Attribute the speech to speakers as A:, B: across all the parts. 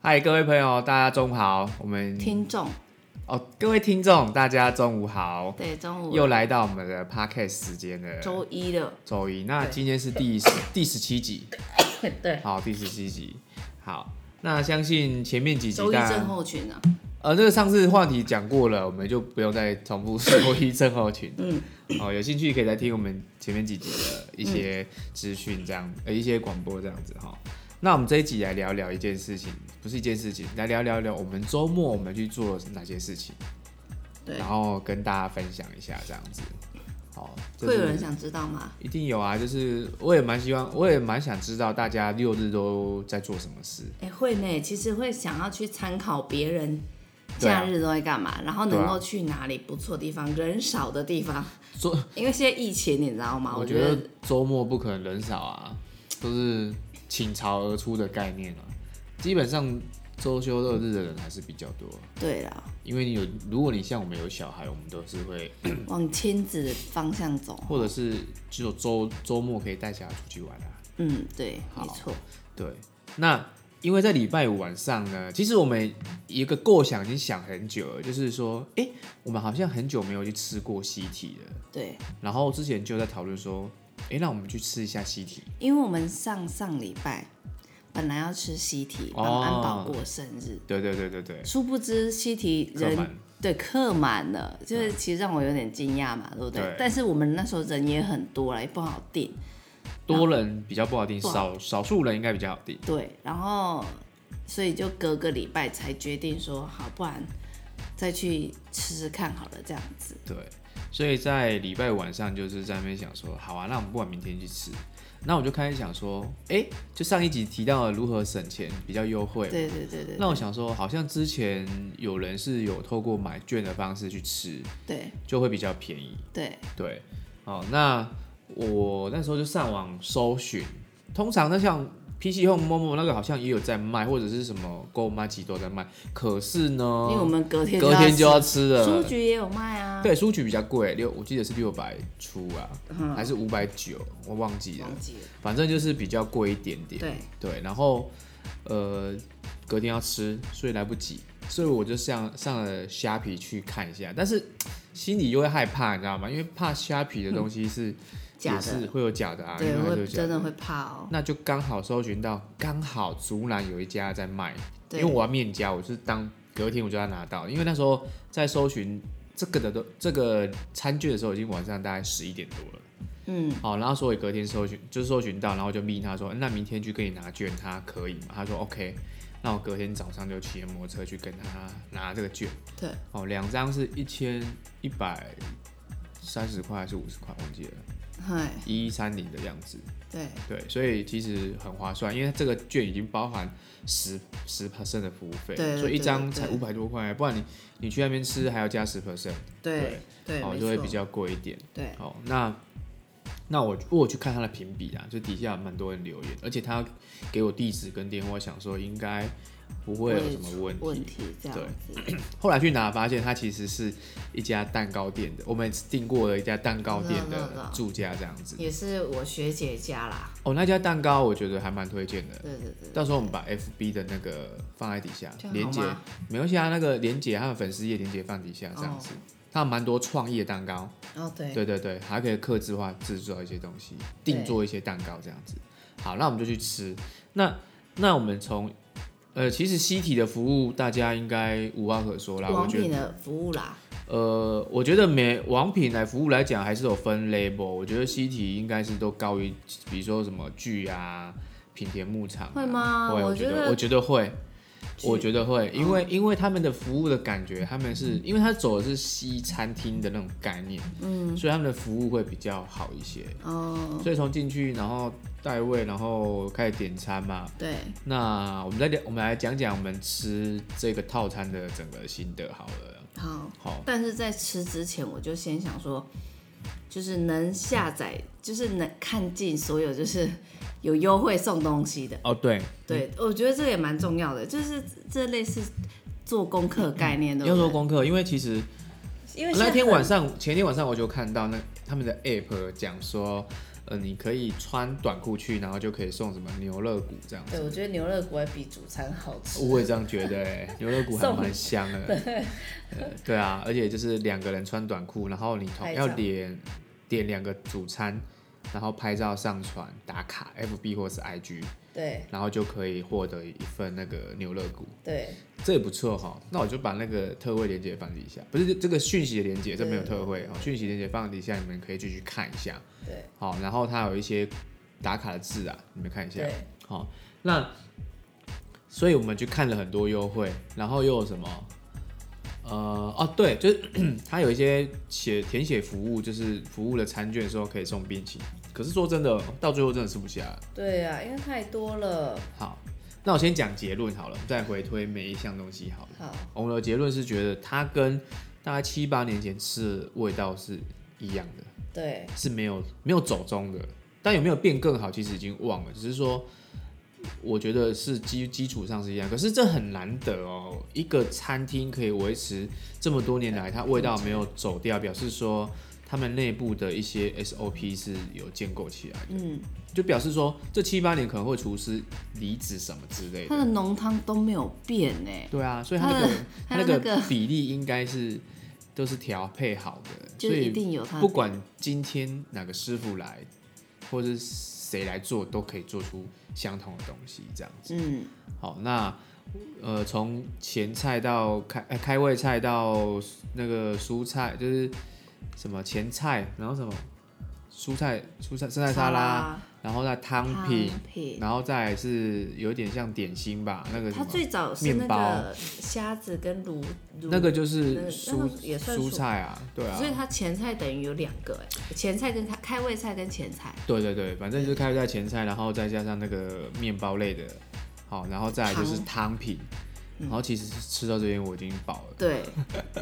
A: 嗨，各位朋友，大家中午好。我们
B: 听众，
A: 哦，各位听众，大家中午好，
B: 对，中午
A: 又来到我们的 podcast 时间了。
B: 周一了，
A: 周一，那今天是第十第十七集，
B: 对，
A: 好，第十七集，好。那相信前面几集
B: 周一
A: 大
B: 症
A: 家，
B: 候群啊，
A: 呃，这个上次话题讲过了，我们就不用再重复 周一症候群。
B: 嗯，
A: 哦，有兴趣可以来听我们前面几集的一些
B: 嗯
A: 资讯，这样，呃，一些广播这样子哈。那我们这一集来聊聊一件事情，不是一件事情，来聊聊聊我们周末我们去做哪些事情，
B: 对
A: 然，后跟大家分享一下这样子。好，这
B: 会有
A: 是
B: 人想知道吗？
A: 一定有啊，就是我也蛮希望，我也蛮想知道大家六日都在做什么事。
B: 哎、会呢，其实会想要去参考别人
A: 对啊
B: 假日都在干嘛，然后能
A: 对啊
B: 够去哪里不错的地方，人少的地方，
A: 周，
B: 因为现在疫情，你知道啊吗？我
A: 我
B: 觉
A: 觉得
B: 得
A: 周末不可能人少啊，都是倾巢而出的概念啊。基本上周休二日的人还是比较多，
B: 对啦，
A: 因为你有，如果你像我们有小孩，我们都是会，
B: 往亲子的方向走，
A: 或者是只有周周末可以带小孩出去玩啊。
B: 嗯，对，
A: 好
B: 没错，
A: 对，那因为在礼拜五晚上呢，其实我们有一个构想已经想很久了，就是说，哎、我们好像很久没有去吃过西体了。
B: 对，
A: 然后之前就在讨论说，哎、那我们去吃一下西体。
B: 因为我们上上礼拜本来要吃西提，帮
A: 哦
B: 安保过生日，
A: 对对对对对，
B: 殊不知西提
A: 客
B: 人
A: 满。
B: 对，客满了，就是其实让我有点惊讶嘛，对不对？
A: 对
B: 但是我们那时候人也很多了，也不好定。
A: 多人比较不好定，
B: 不好
A: 少少数人应该比较好定。
B: 对，然后所以就隔个礼拜才决定说，好，不然再去吃吃看好了，这样子。
A: 对，所以在礼拜晚上就是在那边想说，好啊，那我们不管明天去吃。那我就开始想说，哎、就上一集提到了如何省钱比较优惠。
B: 对对对对
A: 那我想说，好像之前有人是有透过买券的方式去吃，
B: 对
A: 就会比较便宜。
B: 对，
A: 对，哦，那我那时候就上网搜寻，通常那像 PC Home、Momo 那个好像也有在卖，或者是什么购买集都在卖。可是呢
B: 因，为我们隔天
A: 哦隔天就要吃
B: 吃
A: 了。
B: 书局也有卖啊。
A: 对，书局比较贵，六我记得是六百出啊，
B: 嗯
A: 还是五百九，我忘记了
B: 忘，记了。
A: 反正就是比较贵一点点。
B: 哦对
A: 然后呃，隔天要吃，所以来不及，所以我就上上了虾皮去看一下，但是心里又会害怕，你知道吗？因为怕虾皮的东西是、
B: 嗯假
A: 也是
B: 的，
A: 会有假的啊，因
B: 对，
A: 为它是
B: 会
A: 有假
B: 真的
A: 的。
B: 会怕哦。
A: 那就刚好搜寻到，刚好竹南有一家在卖，因
B: 对
A: 为我要面交，我是当隔天我就要拿到，因为那时候在搜寻这个的都这个餐具的时候，已经晚上大概十一点多了。
B: 嗯，
A: 好，然后所以隔天搜寻就是搜寻到，然后我就密他说，嗯那明天去跟你拿券，他可以吗？他说 OK，那我隔天早上就骑着摩托车去跟他拿这个券。
B: 对，
A: 哦，两张是一千一百三十块还是五十块，忘记了，
B: 嗨，
A: 一三零的样子。
B: 对
A: 对，所以其实很划算，因为这个券已经包含十十 percent 的服务费，
B: 对
A: 所以一
B: 对
A: 张
B: 对
A: 才五百多块，不然你你去那边吃还要加十 percent，
B: 对对，
A: 哦，
B: 没
A: 就会
B: 错
A: 比较贵一点。
B: 对
A: 哦，那那我我有去看他的评比啊，就底下有蛮多人留言，而且他给我地址跟电话，想说应该不会有什么问题。
B: 问题这样子。
A: 后来去拿发现，它其实是一家蛋糕店的，我们订过了一家蛋糕店
B: 知道知
A: 的
B: 道
A: 住家这样子。
B: 也是我学姐家啦，
A: 哦，那家蛋糕我觉得还蛮推荐的。
B: 对对对，
A: 到时候我们把 FB 的那个放在底下
B: 这样
A: 连接
B: 好吗，
A: 没关系啊，那个连接还有粉丝页连接放底下这样子。它有蛮多创意的蛋糕，
B: 哦对，
A: 对对对，还可以刻制化制作一些东西，定做一些蛋糕这样子。好，那我们就去吃。那那我们从呃，其实西体的服务大家应该无话可说啦。我
B: 王
A: 觉
B: 品
A: 得
B: 的服务啦，
A: 呃，我觉得每王品来服务来讲还是有分 label，我觉得西体应该是都高于，比如说什么剧啊、品田牧场啊、
B: 会吗
A: 会，我
B: 我
A: 觉
B: 觉
A: 得
B: 得
A: 我觉得会。
B: 剧嗯
A: 我觉得会，因为、因为他们的服务的感觉，他们是因为他走的是西餐厅的那种概念，嗯，所以他们的服务会比较好一些。
B: 哦，
A: 所以从进去，然后带位，然后开始点餐嘛。
B: 对，
A: 那我们再聊，我们来讲讲我们吃这个套餐的整个心得好了。
B: 好。
A: 好，
B: 但是在吃之前，我就先想说，就是能下载，就是能看尽所有就是有优惠送东西的。
A: 哦对，
B: 对，我觉得这个也蛮重要的，就是这类似做功课概念的。
A: 要做功课，因为其实
B: 因为现在
A: 那天
B: 很
A: 晚上，前天晚上我就看到那他们的 app 讲说，呃，你可以穿短裤去，然后就可以送什么牛肋骨这样
B: 对，我
A: 子。
B: 觉得牛肋骨还比主餐好吃。
A: 我也这样觉得、 欸，牛肋骨还
B: 送
A: 蛮香的。对， 对啊，而且就是两个人穿短裤，然后你同
B: 拍
A: 要
B: 照
A: 点点两个主餐，然后拍照上传打卡 FB 或是 IG，
B: 对
A: 然后就可以获得一份那个牛肋骨。
B: 对，
A: 这也不错哈，那我就把那个特惠链接放底下，不是这个讯息的链接，这没有特惠哦，讯息链接放底下，你们可以继续看一下。
B: 对，
A: 好，然后它有一些打卡的字啊，你们看一下
B: 对。
A: 好，那所以我们去看了很多优惠，然后又有什么？呃，哦，对，就是它有一些写填写服务，就是服务的餐券的时候可以送冰淇淋。可是说真的，到最后真的吃不下了。
B: 对啊，因为太多了。
A: 好，那我先讲结论好了，再回推每一项东西好了。
B: 好，
A: 我们的结论是觉得它跟大概七八年前吃的味道是一样的，
B: 对
A: 是没有没有走中的，但有没有变更好，其实已经忘了，只是说。我觉得是基基础上是一样，可是这很难得哦。一个餐厅可以维持这么多年来，它味道没有走掉，表示说他们内部的一些 SOP 是有建构起来的。
B: 嗯，
A: 就表示说这七八年可能会厨师离职什么之类
B: 它
A: 的。
B: 的浓汤都没有变呢。
A: 对啊，所以它那个它那
B: 它的它的那
A: 个
B: 个
A: 比例应该是都是调配好的，
B: 就
A: 所
B: 是一
A: 以
B: 定有它的
A: 不管今天哪个师傅来，或者是谁来做，都可以做出相同的东西这样子。
B: 嗯，
A: 好，那呃，从前菜到开、呃开胃菜到那个蔬菜，就是什么前菜，然后什么蔬菜、蔬菜、生菜沙拉，然后再汤
B: 汤
A: 品，
B: 品，
A: 然后再来是有点像点心吧，那个什
B: 它
A: 么，
B: 最早是那
A: 面包
B: 个虾子跟卤卤，
A: 那个就
B: 那
A: 是
B: 个
A: 蔬
B: 也算
A: 蔬
B: 蔬
A: 菜啊，对啊
B: 所，以它前菜等于有两个哎，前菜跟开开胃菜跟前菜，
A: 对对对，反正就是开胃菜、前菜，然后再加上那个面包类的，好，然后再来就是汤品，然
B: 嗯
A: 后其实吃到这边我已经饱了，
B: 对，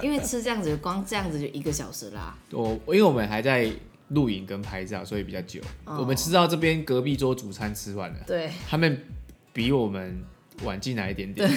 B: 因为吃这样子光这样子就一个小时啦，
A: 我因为我们还在录影跟拍照，所以比较久，
B: 哦
A: 我们吃到这边隔壁桌主餐吃完了，
B: 对
A: 他们比我们晚进来一点点，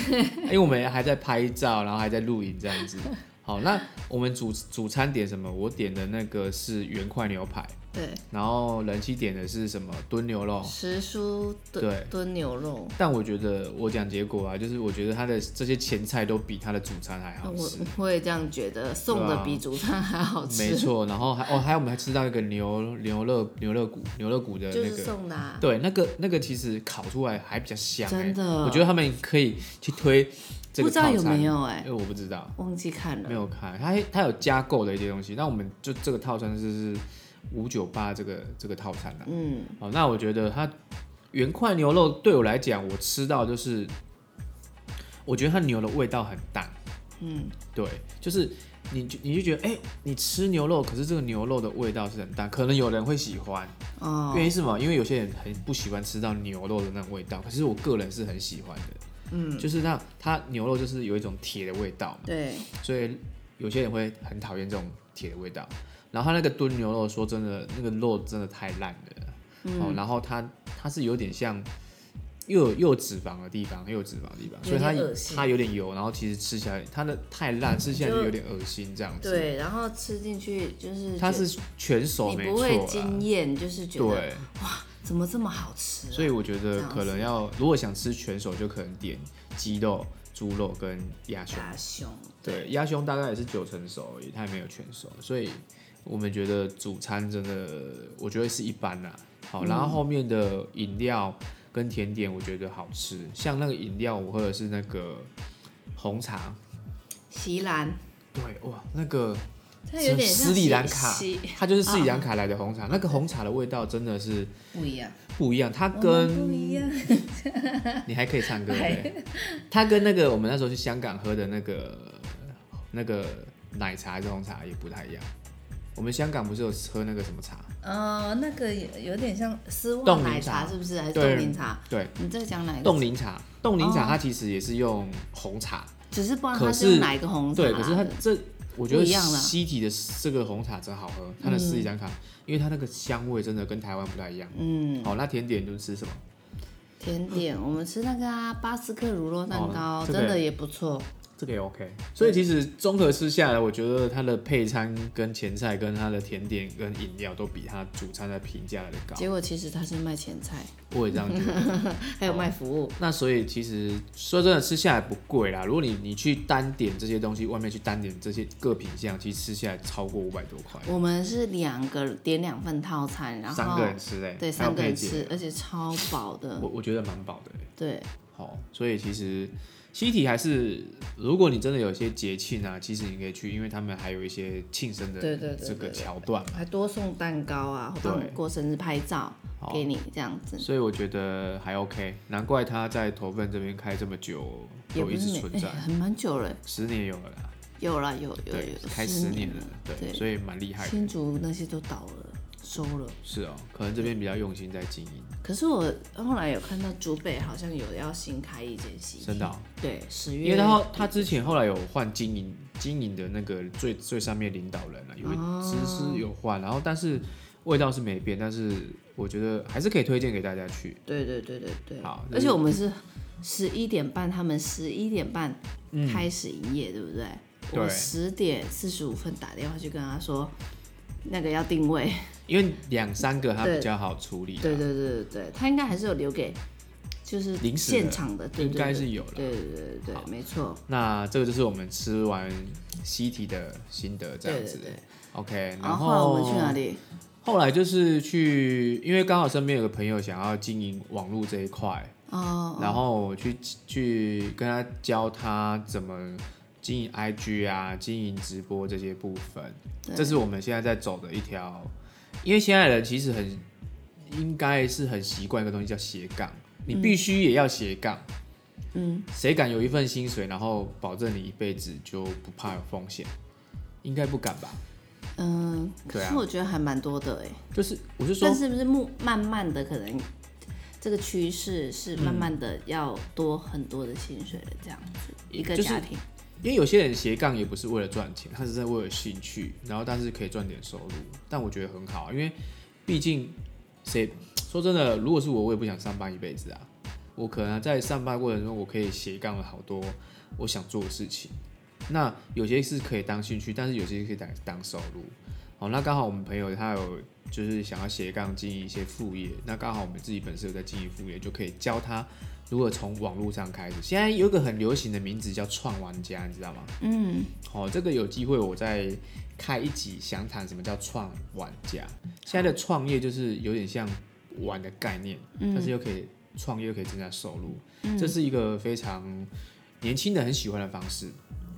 A: 因为我们还在拍照，然后还在录影这样子。好，那我们主主餐点什么？我点的那个是圆块牛排，
B: 对，
A: 然后人气点的是什么炖牛肉。
B: 时蔬
A: 对
B: 炖炖牛肉，
A: 但我觉得我讲结果啊，就是我觉得他的这些前菜都比他的主餐还好
B: 我
A: 吃。啊
B: 我也这样觉得，送
A: 对啊
B: 的比煮饭还好
A: 没
B: 吃，
A: 错，然后还哦，还有我们还吃到一个牛牛肋牛肋骨牛肋骨的
B: 就
A: 那
B: 是
A: 个，
B: 送的啊，
A: 对，那个那个其实烤出来还比较香、欸，
B: 真的
A: 我觉得他们可以去推这
B: 不
A: 个
B: 知道
A: 套
B: 有
A: 餐
B: 没。有哎，
A: 因为我不知道，
B: 忘记看了
A: 没，有看，它它有加购的一些东西。那我们就这个套餐就是五九八这个这个套餐啦、
B: 嗯，
A: 好，哦那我觉得它原块牛肉对我来讲，我吃到就是，我觉得它牛的味道很淡。
B: 嗯，
A: 对，就是你就你就觉得，哎、你吃牛肉，可是这个牛肉的味道是很淡，可能有人会喜欢。
B: 哦，
A: 原因是什么？因为有些人很不喜欢吃到牛肉的那种味道，可是我个人是很喜欢的。
B: 嗯，
A: 就是那它牛肉就是有一种铁的味道嘛。
B: 对，
A: 所以有些人会很讨厌这种铁的味道。然后它那个炖牛肉，说真的，那个肉真的太烂了。
B: 嗯
A: 哦，然后它它是有点像又有又有脂肪的地方，又有脂肪的地方，所以它
B: 有点恶心
A: 它有点油，然后其实吃起来它的太烂，吃起来就
B: 就
A: 有点恶心这样子。
B: 对，然后吃进去就是
A: 它
B: 觉得
A: 是全熟
B: 你
A: 没
B: 不
A: 错
B: 会
A: 啦
B: 惊，艳，就是觉得
A: 对，
B: 怎么这么好吃啊、
A: 所以我觉
B: 这
A: 得
B: 样
A: 可能
B: 子
A: 要如果想吃全熟，就可能点鸡肉、猪肉跟鸭胸。
B: 大胸
A: 对，鸭胸大概也是九成熟而已，它也没有全熟，所以我们觉得主餐真的，我觉得是一般啦。好，然后后面的饮料跟甜点，我觉得好吃。像那个饮料，我喝的是那个红茶，
B: 席兰，
A: 对，哇，那个嗯
B: 它有点像
A: 斯里兰卡
B: 席席，
A: 它就是斯里兰卡来的红茶，那个红茶的味道真的是
B: 不一样，
A: 不一样，它
B: 我们不
A: 跟
B: 一样，
A: 你还可以唱歌，
B: 哎
A: 对，它跟那个我们那时候去香港喝的那个那个奶茶还是红茶也不太一样。我们香港不是有喝那个什么茶？
B: 呃，那个有有点像丝袜
A: 冻
B: 奶
A: 柠茶
B: 茶，是不是？还是
A: 对
B: 冻柠茶？
A: 对，
B: 你在讲哪一个？
A: 冻龄茶，冻龄
B: 哦
A: 茶它其实也是用红茶，
B: 只是不知道
A: 可
B: 它
A: 是
B: 是用哪一个红茶。啊
A: 对，可是它这我觉得
B: 不一样啦
A: 西体的这个红茶真好喝，它的斯里兰卡，因为它那个香味真的跟台湾不太一样。
B: 嗯，
A: 好，那甜点就是吃什么？
B: 甜点我们吃那个啊，巴斯克乳酪蛋糕、
A: 哦这个
B: 真的也不错，
A: 这个也 OK。所以其实综合吃下来，我觉得它的配餐、跟前菜、跟它的甜点、跟饮料都比它主餐的评价来的高。
B: 结果其实他是卖前菜，
A: 我也这样觉得。
B: 还有卖服务，
A: 那所以其实说真的，吃下来不贵啦。如果你你去单点这些东西，外面去单点这些各品项，其实吃下来超过五百多块，
B: 我们是两个点两份套餐，然
A: 三
B: 后
A: 个人吃哎、欸，
B: 对
A: 还有
B: 三个人
A: 配件，
B: 吃，而且超饱的，
A: 我我觉得蛮饱的、欸。
B: 对，
A: 好，所以其实西体还是，如果你真的有一些节庆啊，其实你可以去，因为他们还有一些庆生
B: 对
A: 的
B: 对对
A: 这个
B: 对对
A: 桥段嘛。
B: 还多送蛋糕啊，或帮你
A: 对
B: 过生日拍照
A: 好
B: 给你这样子，
A: 所以我觉得还 OK，难怪他在头份这边开这么久，
B: 也
A: 有
B: 不
A: 一直
B: 是
A: 存
B: 每
A: 在
B: 哎，很蛮久了，
A: 十年有了啦，
B: 有啦有有
A: 对
B: 有，，
A: 开十年了，对，
B: 对，
A: 所以蛮厉害的。
B: 新竹那些都倒了，收了。
A: 是哦，可能这边比较用心在经营，
B: 可是我后来有看到竹北好像有要新开一间西
A: 真的哦、
B: 对，十月。
A: 因为他他之前后来有换经营经营的那个最最上面领导人了、有
B: 哦
A: 只是有换，然后但是味道是没变，但是我觉得还是可以推荐给大家去。
B: 对对对对对。
A: 好
B: 而且我们是十一点半，他们十一点半开始营业，对不对？
A: 嗯对
B: 我十点四十五分打电话去跟他说，那个要定 位。
A: 因为两三个它
B: 对
A: 比较好处理啦，啊
B: 对对对对对，他应该还是有留给就是
A: 临时的
B: 现场的，对
A: 应
B: 对
A: 该
B: 对
A: 是有了。
B: 对对对对，没错，
A: 那这个就是我们吃完西提的心得这
B: 对
A: 样
B: 对
A: 子。
B: 对。
A: OK，
B: 然
A: 然
B: 后哦后来我们去哪
A: 后
B: 里？
A: 后来就是去，因为刚好身边有个朋友想要经营网络这一块，
B: 哦，
A: 然后我去去跟他教他怎么经营 IG 啊，经营直播这些部分，
B: 对
A: 这是我们现在在走的一条，因为现在人其实很应该是很习惯一个东西叫斜杠，
B: 嗯
A: 你必须也要斜杠。嗯，谁敢有一份薪水，然后保证你一辈子就不怕有风险？应该不敢吧？
B: 嗯，可
A: 对啊
B: 是我觉得还蛮多的哎、
A: 就是我是说
B: 但，是不是慢慢慢的可能这个趋势是慢慢的要多很多的薪水了这样子、一个
A: 就是
B: 家庭，
A: 因为有些人斜杠也不是为了赚钱，他只是为了兴趣，然后但是可以赚点收入，但我觉得很好啊，因为毕竟谁说真的，如果是我，我也不想上班一辈子啊。我可能在上班过程中，我可以斜杠了好多我想做的事情。那有些是可以当兴趣，但是有些可以当当收入。哦，那刚好我们朋友他有就是想要斜杠经营一些副业，那刚好我们自己本身有在经营副业，就可以教他如何从网络上开始。现在有一个很流行的名字叫创玩家，你知道吗？
B: 嗯，
A: 哦，这个有机会我再开一集详谈什么叫创玩家。现在的创业就是有点像玩的概念，
B: 嗯
A: 但是又可以创业又可以增加收入，这是一个非常年轻人很喜欢的方式。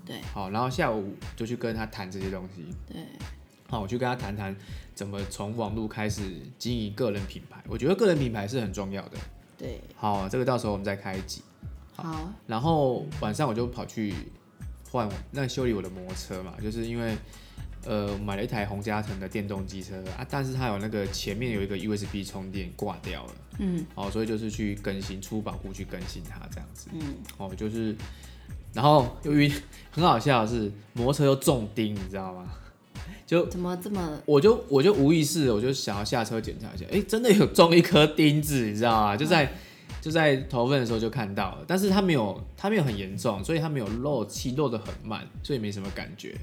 B: 对
A: 好，然后下午就去跟他谈这些东西。
B: 对，
A: 好，我去跟他谈谈怎么从网络开始经营个人品牌。我觉得个人品牌是很重要的。
B: 对，
A: 好，这个到时候我们再开一集。
B: 好，
A: 然后晚上我就跑去换我那修理我的摩托车嘛，就是因为呃买了一台洪嘉诚的电动机车啊，但是它有那个前面有一个 USB 充电挂掉了，
B: 嗯
A: 哦，所以就是去更新出保护去更新它这样子，
B: 嗯，
A: 哦，就是然后由于 很好笑的是摩托车又中钉，你知道吗？就
B: 怎么这么
A: 我就我就无意识的，我就想要下车检查一下，哎、真的有中一颗钉子，你知道吗？就在、就在头份的时候就看到了，但是它没有它没有很严重，所以它没有漏气，漏的很慢，所以没什么感觉。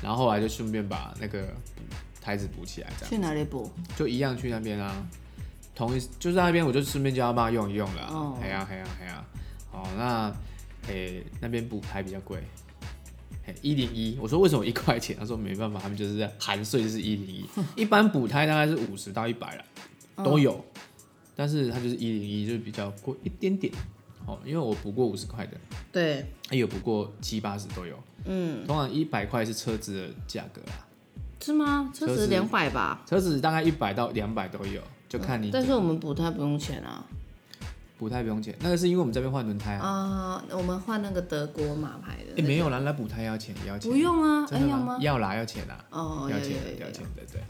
A: 然后后来就顺便把那个补胎子补起来，这样
B: 去哪里补？
A: 就一样去那边啊，同一就在那边我就顺便叫他妈用一用了啊
B: 哦，
A: 哎呀哎呀哎呀，哦那诶、那边补胎比较贵。一零一，我说为什么一块钱？他说没办法，他们就是含税就是一零 一，一般补胎大概是五十到一百啦，
B: 哦
A: 都有，但是它就是一零一，就是比较贵一点点。哦，因为我补过五十块的，
B: 对，
A: 也有补过七八十都有。嗯，通常一百块是车子的价格啦，
B: 是吗？车
A: 车
B: 子
A: 子
B: 两百吧，
A: 车子大概一百到两百都有，就看你
B: 但是我们补它不用钱啊。
A: 补胎不用钱，那个是因为我们这边换轮胎啊。
B: 啊、我们换那个德国马牌的
A: 哎、
B: 那个、
A: 没有啦，来补胎要钱，也要钱。
B: 不用啊，哎
A: 真的
B: 要吗？
A: 要啦，要钱啦，
B: 哦，
A: 要
B: 有
A: 钱
B: 有
A: 的，
B: 有
A: 要
B: 有
A: 钱的，对。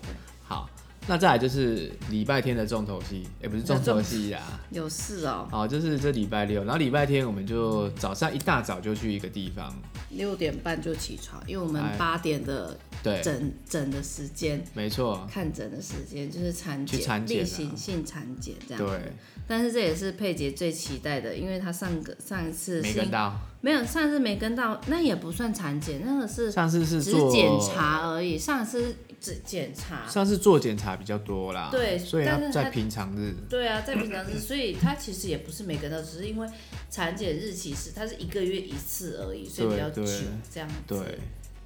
A: 好，那再来就是礼拜天的重头戏，哎、不是重头戏 啊，
B: 有事哦，
A: 好，就是这礼拜六，然后礼拜天我们就早上一大早就去一个地方，
B: 六点半就起床，因为我们
A: 哎
B: 八点的
A: 对，
B: 诊诊的时间、
A: 没错，
B: 看诊的时间，就是产
A: 去
B: 检、
A: 产检啊
B: 例行性产检这样。
A: 对，
B: 但是这也是佩姐最期待的，因为她上个上一次
A: 没
B: 是
A: 跟到。
B: 没有上次没跟到，那也不算产检，那个是
A: 上次是
B: 只是
A: 做
B: 检，查而已。上次只检查，
A: 上次做检查比较多啦，
B: 对
A: 所以
B: 但
A: 要
B: 是
A: 在
B: 他
A: 平常日，
B: 对啊，在平常日，所以她其实也不是没跟到，只是因为产检日期是它是一个月一次而已，所以比较
A: 对
B: 久
A: 对
B: 这样子。
A: 对，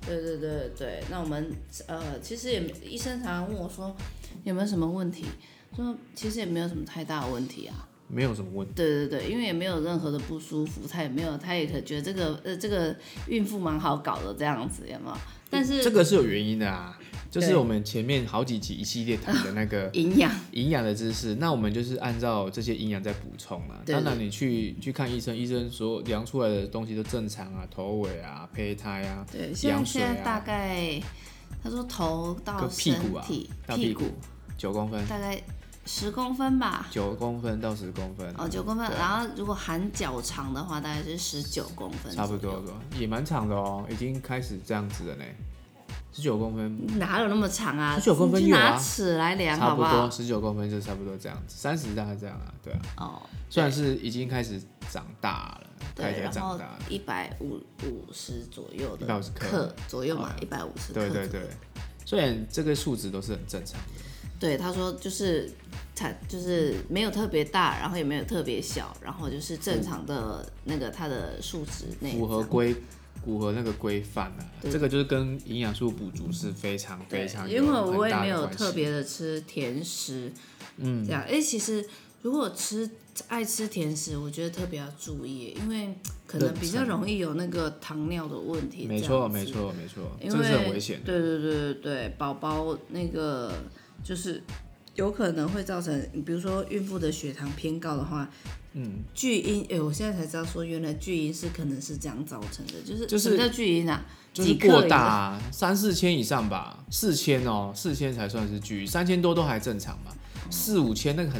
B: 对对对对，那我们呃，其实也没医生常常问我说有没有什么问题，说其实也没有什么太大的问题啊。
A: 没有什么问题，
B: 对对对，因为也没有任何的不舒服，他也没有，他也可觉得这个呃这个孕妇蛮好搞的这样子，有没有？但是
A: 这个是有原因的啊，就是
B: 对
A: 我们前面好几集一系列谈的那个
B: 营养
A: 营养的知识，那我们就是按照这些营养在补充啊。
B: 对
A: 当然，你去去看医生，医生所量出来的东西都正常啊，头尾啊，胚胎啊，
B: 对，现在
A: 羊水
B: 现在大
A: 啊，
B: 概他说头到
A: 个屁
B: 身
A: 股啊
B: 体，
A: 到
B: 屁
A: 屁股九公分，
B: 大概十公分吧，
A: 九公分到十公分，
B: 哦九公分，
A: 对
B: 然后如果含脚长的话，大概是十九公分，
A: 差不多。吧，也蛮长的哦，已经开始这样子了呢，十九公分。
B: 哪有那么长啊？
A: 19公分
B: 你去
A: 有啊
B: 拿尺来量
A: 差
B: 好
A: 不
B: 好
A: 多？十九公分就差不多这样子，三十大概这样啊，对啊，
B: 哦，
A: 虽然是已经开始长大了，开
B: 对，
A: 始
B: 然
A: 长
B: 后
A: 大了，
B: 一百五五十左右的
A: 150克
B: 克左右嘛
A: 好，
B: 一百五十克
A: 对
B: 左
A: 对
B: 右
A: 对，虽然这个数值都是很正常的，
B: 对，他说就是产就是没有特别大，然后也没有特别小，然后就是正常的那个它的数值内
A: 符合规符合那个规范啊，
B: 对
A: 这个就是跟营养素补足是非常非
B: 对
A: 常，
B: 因为
A: 有很
B: 我也
A: 大
B: 没
A: 的
B: 有
A: 关系
B: 特别的吃甜食，嗯，这样。哎，其实如果吃爱吃甜食，我觉得特别要注意，因为可能
A: 妊
B: 比较
A: 娠
B: 容易有那个糖尿的问题。
A: 没
B: 这
A: 错
B: 样
A: 没
B: 子
A: 错没错，
B: 因
A: 这个是很
B: 为
A: 危险的，
B: 对对对对对，宝宝那个就是有可能会造成，比如说孕妇的血糖偏高的话，
A: 嗯，
B: 巨婴，哎、我现在才知道说原来巨婴是可能是这样造成的，就是
A: 就是
B: 什么叫巨婴啊？
A: 就是
B: 即刻
A: 过
B: 有
A: 大啊、三四千以上吧，四千哦，四千才算是巨，三千多都还正常嘛，
B: 嗯
A: 四五千那个很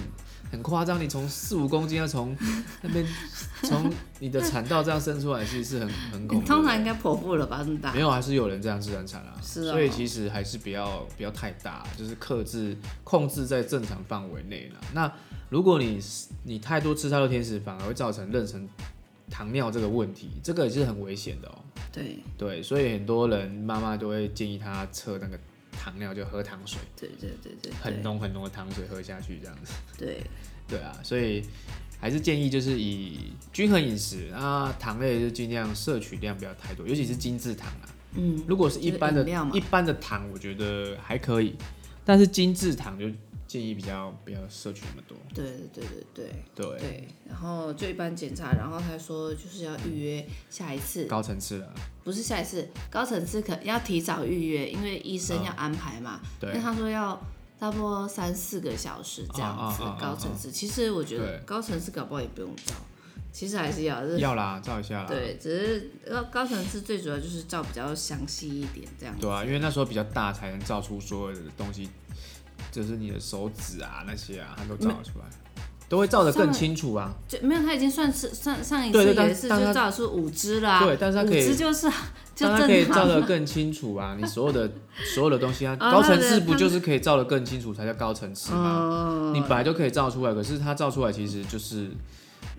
A: 很夸张，你从四五公斤要 从那边从你的产道这样伸出来，其实是很很恐怖
B: 你
A: 的。
B: 通常应该剖腹了吧？这么大
A: 没，有，还是有人这样自然产啊，
B: 是哦
A: 所以其实还是不要不要太大，就是克制控制在正常范围内啦。那如果你你太多吃太多甜食，反而会造成妊娠糖尿这个问题，这个也是很危险的哦、
B: 对
A: 对，所以很多人妈妈都会建议他测那个糖尿，就喝糖水，
B: 对对对对，
A: 很浓很浓的糖水喝下去这样子。
B: 对
A: 对啊，所以还是建议就是以均衡饮食，那糖类就尽量摄取量不要太多，尤其是精制糖啊。
B: 嗯，
A: 如果是一般的
B: 就是饮料嘛
A: 一般的糖，我觉得还可以，但是精制糖就建议比较不要摄取那么多。
B: 对对对对对
A: 对，
B: 对，然后就一般检查，然后他说就是要预约下一次，
A: 高层次了，啊
B: 不是下一次，高层次可要提早预约，因为医生要安排嘛。
A: 啊对
B: 因为他说要差不多三四个小时这样子，
A: 啊啊啊啊
B: 高层次。其实我觉得
A: 对
B: 高层次搞不好也不用照，其实还是要，就是
A: 要啦，照一下啦。
B: 对，只是高高层次最主要就是照比较详细一点这样子。
A: 对啊，因为那时候比较大，才能照出所有的东西，就是你的手指啊那些啊，它都照得出来，都会照得更清楚啊。
B: 就没有，他已经算是上上一
A: 对
B: 次
A: 对但
B: 有一次
A: 但
B: 就
A: 他
B: 照出五只啦、
A: 对但是他可以
B: 五只就是就
A: 当然可以
B: 正
A: 照
B: 常
A: 得
B: 了。
A: 更清楚啊，你所有的所有的东西 啊，
B: 啊
A: 高层
B: 那
A: 次
B: 个
A: 不就是可以照得更清楚才叫高层次吗？
B: 哦
A: 你本来就可以照出来，可是它照出来其实就是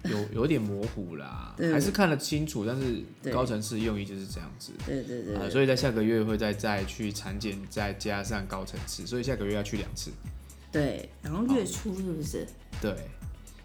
A: 有 有点模糊啦，
B: 对
A: 还是看得清楚，但是
B: 对
A: 高层次用意就是这样子。
B: 对对对
A: 啊，
B: 对
A: 所以在下个月会再再去产检，再加上高层次，所以下个月要去两次。
B: 对，然后月初是不是？
A: 对，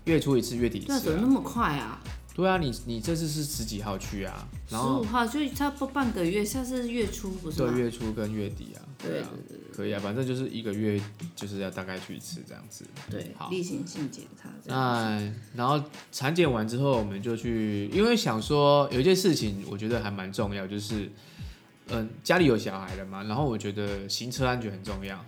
A: 月初一次，月底一
B: 对啊，
A: 次、
B: 怎么那
A: 啊。
B: 么快啊？
A: 对啊，你你这次是十几号去啊？
B: 十
A: 然
B: 五
A: 后
B: 号就差不多半个月，下次月初不是
A: 对
B: 吗？
A: 月初跟月底啊，
B: 对
A: 啊，可以啊，反正就是一个月就是要大概去一次这样子。
B: 对
A: 好，
B: 例行性检查这样。
A: 那然后产检完之后，我们就去，因为想说有一件事情，我觉得还蛮重要，就是，嗯，家里有小孩了嘛，然后我觉得行车安全很重要，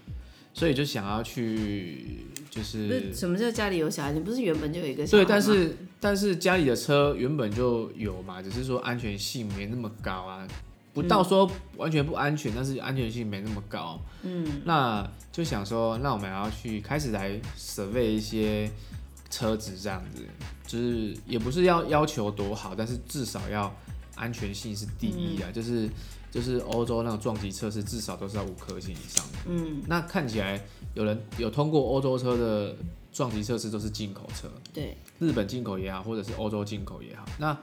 A: 所以就想要去，就
B: 不是
A: 是
B: 什么叫家里有小孩？你不是原本就有一个小
A: 对，
B: 孩吗
A: 但是但是家里的车原本就有嘛，只是说安全性没那么高啊，不到说完全不安全，但是安全性没那么高。嗯，那就想说，那我们要去开始来 survey 一些车子这样子，就是也不是要要求多好，但是至少要安全性是第一啊，
B: 嗯
A: 就是就是欧洲那种撞击测试至少都是要五颗星以上的。
B: 嗯，
A: 那看起来有人有通过欧洲车的撞击测试都是进口车，
B: 对，
A: 日本进口也好，或者是欧洲进口也好。那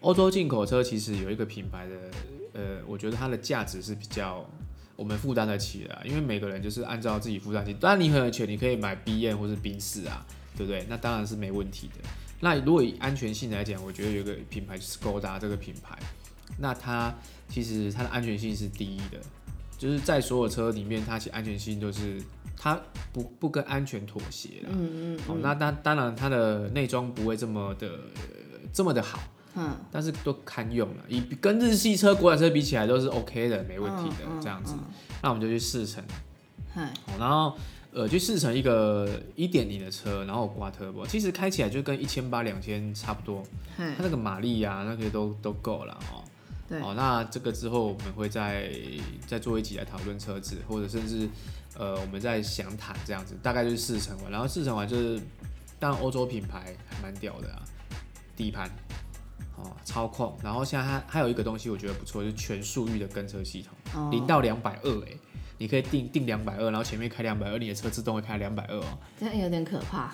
A: 欧洲进口车其实有一个品牌的，呃，我觉得它的价值是比较我们负担得起的啊、因为每个人就是按照自己负担起。当然你很有钱，你可以买 B N 或是宾士啊，对不对？那当然是没问题的。那如果以安全性来讲，我觉得有一个品牌就是 Skoda 这个品牌，那它其实它的安全性是第一的，就是在所有车里面，它其实安全性都、是它不不跟安全妥协啦。
B: 嗯嗯
A: 哦，那当当然它的内装不会这么的、呃这么的好，
B: 嗯，
A: 但是都堪用了。以跟日系车、国产车比起来都是 OK 的，没问题的、
B: 嗯
A: 这样子。，
B: 嗯
A: 那我们就去试乘，
B: 嗯嗨，
A: 哦然后呃去试乘一个一点零的车，然后我挂 turbo，其实开起来就跟一千八、两千差不多，它
B: 嗨，
A: 那个马力啊那些都都够了哦。
B: 对，
A: 好，那这个之后我们会再再做一集来讨论车子，或者甚至呃我们再详谈这样子，大概就是试乘完，然后试乘完就是，当然欧洲品牌还蛮屌的啊，底盘哦操控，然后现在它还有一个东西我觉得不错，就是全速域的跟车系统，
B: 哦
A: 零、到两百二哎，你可以定定两百二，然后前面开两百二，你的车自动会开两百二哦。
B: 这样有点可怕，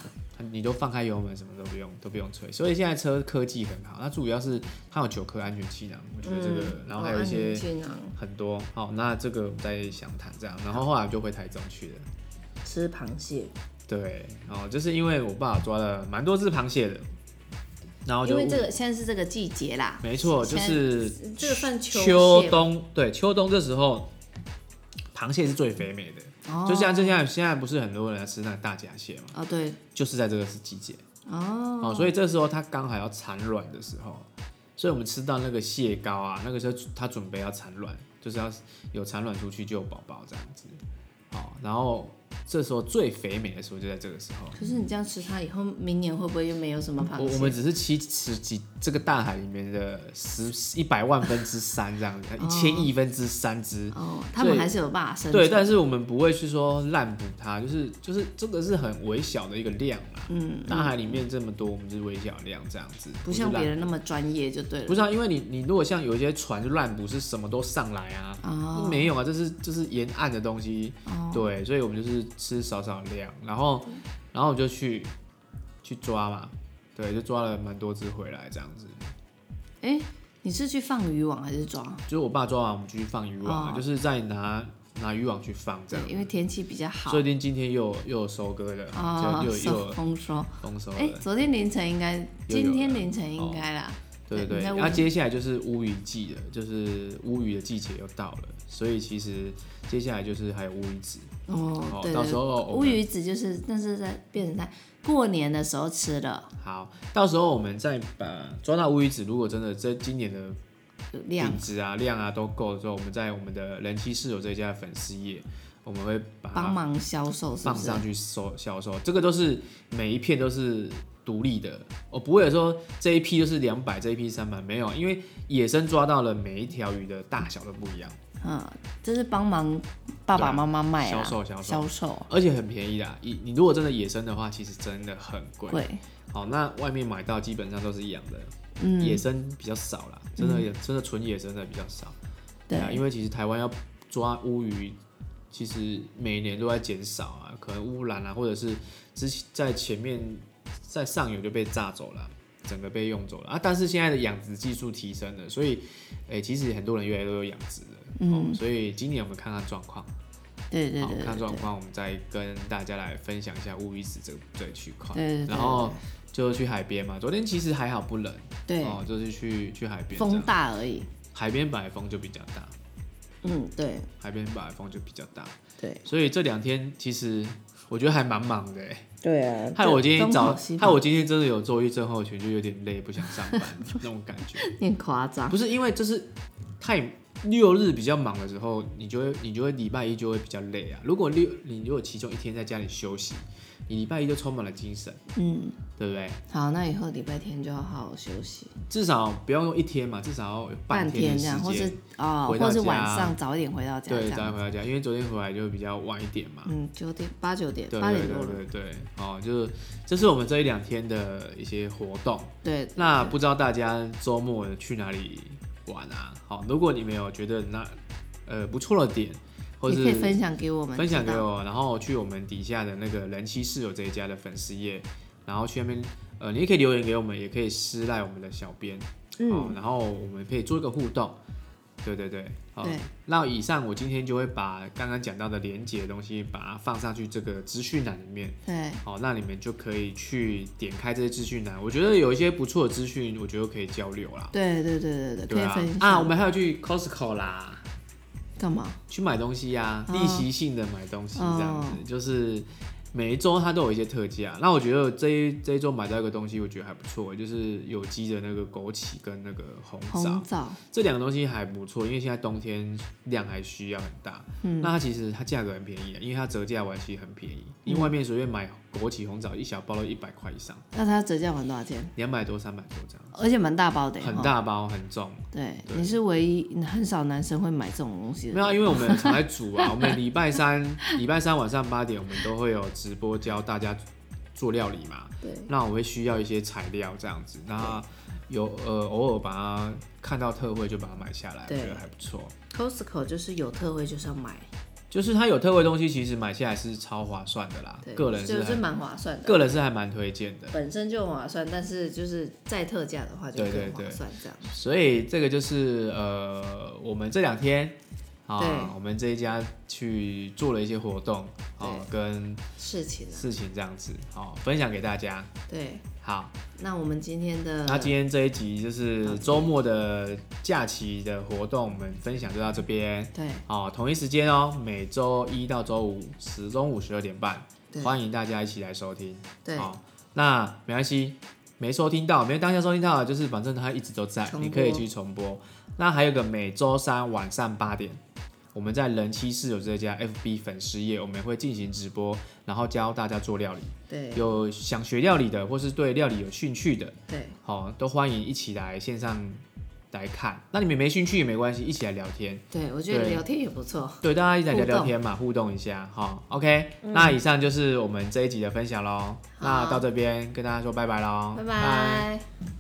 A: 你都放开油门，什么都不用，都不用吹。所以现在车科技很好，那主要是它有九颗安全气囊，我觉得这个，
B: 嗯
A: 然后还有一些
B: 哦安全气囊
A: 很多。好，那这个我们再详谈这样。然后后来我就回台中去了。
B: 吃螃蟹，
A: 对，然后就是因为我爸抓了蛮多只螃蟹的，然后就
B: 因为这个现在是这个季节啦，
A: 没错，就
B: 现在
A: 是
B: 这个算秋
A: 秋
B: 蟹吧，
A: 冬对秋冬这时候，螃蟹是最肥美的。
B: 哦
A: 就像就像现在不是很多人在吃那个大闸蟹嘛，
B: 哦对，
A: 就是在这个季节。
B: 哦，
A: 哦，所以这时候它刚好要产卵的时候，所以我们吃到那个蟹膏啊，那个时候它准备要产卵，就是要有产卵出去就有宝宝这样子。好、然后这时候最肥美的时候就在这个时候。
B: 可是你这样吃它以后，明年会不会又没有什么螃蟹？
A: 我我们只是七十几这个大海里面的十一百万分之三这样子，一千亿分之三只。
B: 哦，他们还是有办法生存。
A: 对，但是我们不会去说滥捕它，就是就是这个是很微小的一个量啦。
B: 嗯，
A: 大海里面这么多，我们是微小量这样子，
B: 不像
A: 是滥
B: 别人那么专业就对了。
A: 不是啊，因为你你如果像有一些船就乱捕，是什么都上来啊，
B: 哦
A: 没有啊，这是这是沿岸的东西，
B: 哦，嗯
A: 对，所以我们就是吃少少量，然后然后我就去去抓嘛，对，就抓了蛮多只回来这样子，
B: 哎，你是去放渔网还是抓？
A: 就是我爸抓完我们就去放渔网啊，
B: 哦
A: 就是再拿拿渔网去放这
B: 对
A: 样，，
B: 因为天气比较好
A: 说不。定今天又有又有收割的，
B: 哦，
A: 就又有又
B: 收
A: 有
B: 丰收。
A: 丰收
B: 哎，
A: 了，
B: 昨天凌晨应该，
A: 又有
B: 今天
A: 了
B: 凌晨应该啦。
A: 对对对，
B: 你在
A: 然
B: 问
A: 后接下来就是乌鱼季了，就是乌鱼的季节又到了，所以其实接下来就是还有乌鱼子。
B: 哦
A: 哦，
B: 对
A: 到时
B: 对。
A: 候我
B: 乌
A: 们
B: 鱼子就是，但是在变成在过年的时候吃的
A: 好，到时候我们再把抓到乌鱼子，如果真的这今年的
B: 量
A: 品。质啊、量啊都够了之后，我们在我们的人妻室友这一家的粉丝页，我们会把
B: 帮
A: 它
B: 忙销售是
A: 放
B: 不是？
A: 上去收销售。这个都是每一片都是独立的，我不会有说这一批就是两百，这一批三百，没有，因为野生抓到了每一条鱼的大小都不一样，
B: 嗯，这是帮忙爸
A: 对啊
B: 爸妈妈卖
A: 销
B: 啦
A: 售销售
B: 销售
A: 而且很便宜啦。你你如果真的野生的话，其实真的很贵。
B: 贵，
A: 好，那外面买到基本上都是一样的，
B: 嗯，
A: 野生比较少啦，真的也、真的纯野生的比较少。
B: 对
A: 啊，因为其实台湾要抓乌鱼，其实每年都在减少啊，可能污染啊，或者是之前在前面在上游就被炸走了啊，整个被用走了啊。但是现在的养殖技术提升了，所以诶、其实很多人越来越多有养殖了。嗯、所以今年我们看看状况，
B: 对对
A: 好
B: 对
A: 看
B: 对
A: 状
B: 对，
A: 况，我们再跟大家来分享一下乌鱼子这个这个区块。
B: 对对对
A: 然后就去海边嘛，昨天其实还好不冷，
B: 对，
A: 哦，就是去去海边这样，
B: 风大而已。
A: 海边本来风就比较大，
B: 嗯，对
A: 海边本来风就比较大，
B: 对
A: 所以这两天其实我觉得还蛮忙的欸，
B: 对啊
A: 害我今天早，害
B: 害
A: 我今天真的有周一症候群，就有点累，不想上班那种感觉。
B: 念夸张，
A: 不是因为就是太六日比较忙的时候，你就会你就会礼拜一就会比较累啊。如果六你如果其中一天在家里休息，你礼拜一就充满了精神，
B: 嗯，
A: 对不对？
B: 好，那以后礼拜天就要好好休息，
A: 至少不要用一天嘛，至少要有
B: 半
A: 天的
B: 这样，
A: 时
B: 或
A: 间
B: 是。哦，
A: 回到
B: 或是
A: 家
B: 晚上早一点回到家这
A: 对，早点
B: 样，
A: 回到家，因为昨天回来就比较晚一点嘛。
B: 嗯，九点八九点
A: 对
B: 八
A: 对
B: 点多
A: 对
B: 了，
A: 对对，哦，就是这是我们这一两天的一些活动。
B: 对，
A: 那不知道大家周末去哪里玩啊。好，如果你们有觉得那呃不错的点，或
B: 也
A: 是
B: 可以分享给我们，
A: 分享给
B: 知道。
A: 我，然后去我们底下的那个人妻室友这一家的粉丝页，然后去那边，呃，你也可以留言给我们，也可以私赖我们的小编，
B: 嗯
A: 哦，然后我们可以做一个互动。对对对，好
B: 对，
A: 那以上我今天就会把刚刚讲到的连接的东西，把它放上去这个资讯栏里面。
B: 对，
A: 好，那你们就可以去点开这些资讯栏。我觉得有一些不错的资讯，我觉得可以交流啦。
B: 对对对对对，可
A: 对
B: 以
A: 啊
B: 分，享
A: 啊，我们还有去 Costco 啦。
B: 干嘛？
A: 去买东西呀、
B: 哦
A: 例行性的买东西这样子，
B: 哦
A: 就是每一周它都有一些特价。那我觉得这一这一周买到一个东西，我觉得还不错，就是有机的那个枸杞跟那个红枣
B: 红，枣，
A: 这两个东西还不错，因为现在冬天量还需要很大。
B: 嗯
A: 那它其实它价格很便宜，啊因为它折价完其实很便宜，
B: 嗯
A: 因为外面随便买枸杞红枣一小包都一百块以上，
B: 那它折价完多少钱？
A: 两百多三百多这样，
B: 而且蛮大包的，
A: 很
B: 哦。
A: 大包很重。
B: 对，
A: 对
B: 你是唯一很少男生会买这种东西的。
A: 没有啊，因为我们常在煮啊，我 们礼拜三礼拜三晚上八点，我们都会有直播教大家做料理嘛。
B: 对，
A: 那我会需要一些材料这样子，那有呃偶尔把它看到特惠就把它买下来，我
B: 对
A: 觉得还不错。
B: Costco 就是有特惠就是要买，
A: 就是它有特惠的东西，其实买下来是超划算的啦
B: 对，。
A: 个人是
B: 就
A: 还
B: 是蛮划算的，
A: 个人是还蛮推荐的。
B: 本身就很划算，但是就是再特价的话就
A: 对对
B: 更划
A: 对
B: 算这样。
A: 所以这个就是呃，我们这两天
B: 对
A: 啊，我们这一家去做了一些活动啊，跟
B: 事情啊，
A: 事情这样子，好分享给大家。
B: 对。
A: 好，
B: 那我们今天的
A: 那今天这一集就是
B: 好
A: 周末的假期的活动，我们分享就到这边。
B: 对
A: 哦，同一时间哦，每周一到周五时中午十二点半，
B: 对
A: 欢迎大家一起来收听。
B: 对
A: 好、那没关系，没收听到，没有当下收听到的，就是反正它一直都在，
B: 重播
A: 你可以去重播。那还有个每周三晚上八点，我们在人妻室友这家 FB 粉丝页，我们会进行直播，然后教大家做料理。
B: 对
A: 有想学料理的，或是对料理有兴趣的，
B: 对
A: 好、都欢迎一起来线上来看。那你们没兴趣也没关系，一起来聊天。
B: 对，我觉得
A: 对
B: 聊天也不错。
A: 对，大家一起来聊
B: 互动
A: 聊天嘛，互动一下哈。OK，、那以上就是我们这一集的分享喽。那到这边跟大家说拜拜喽，
B: 拜拜。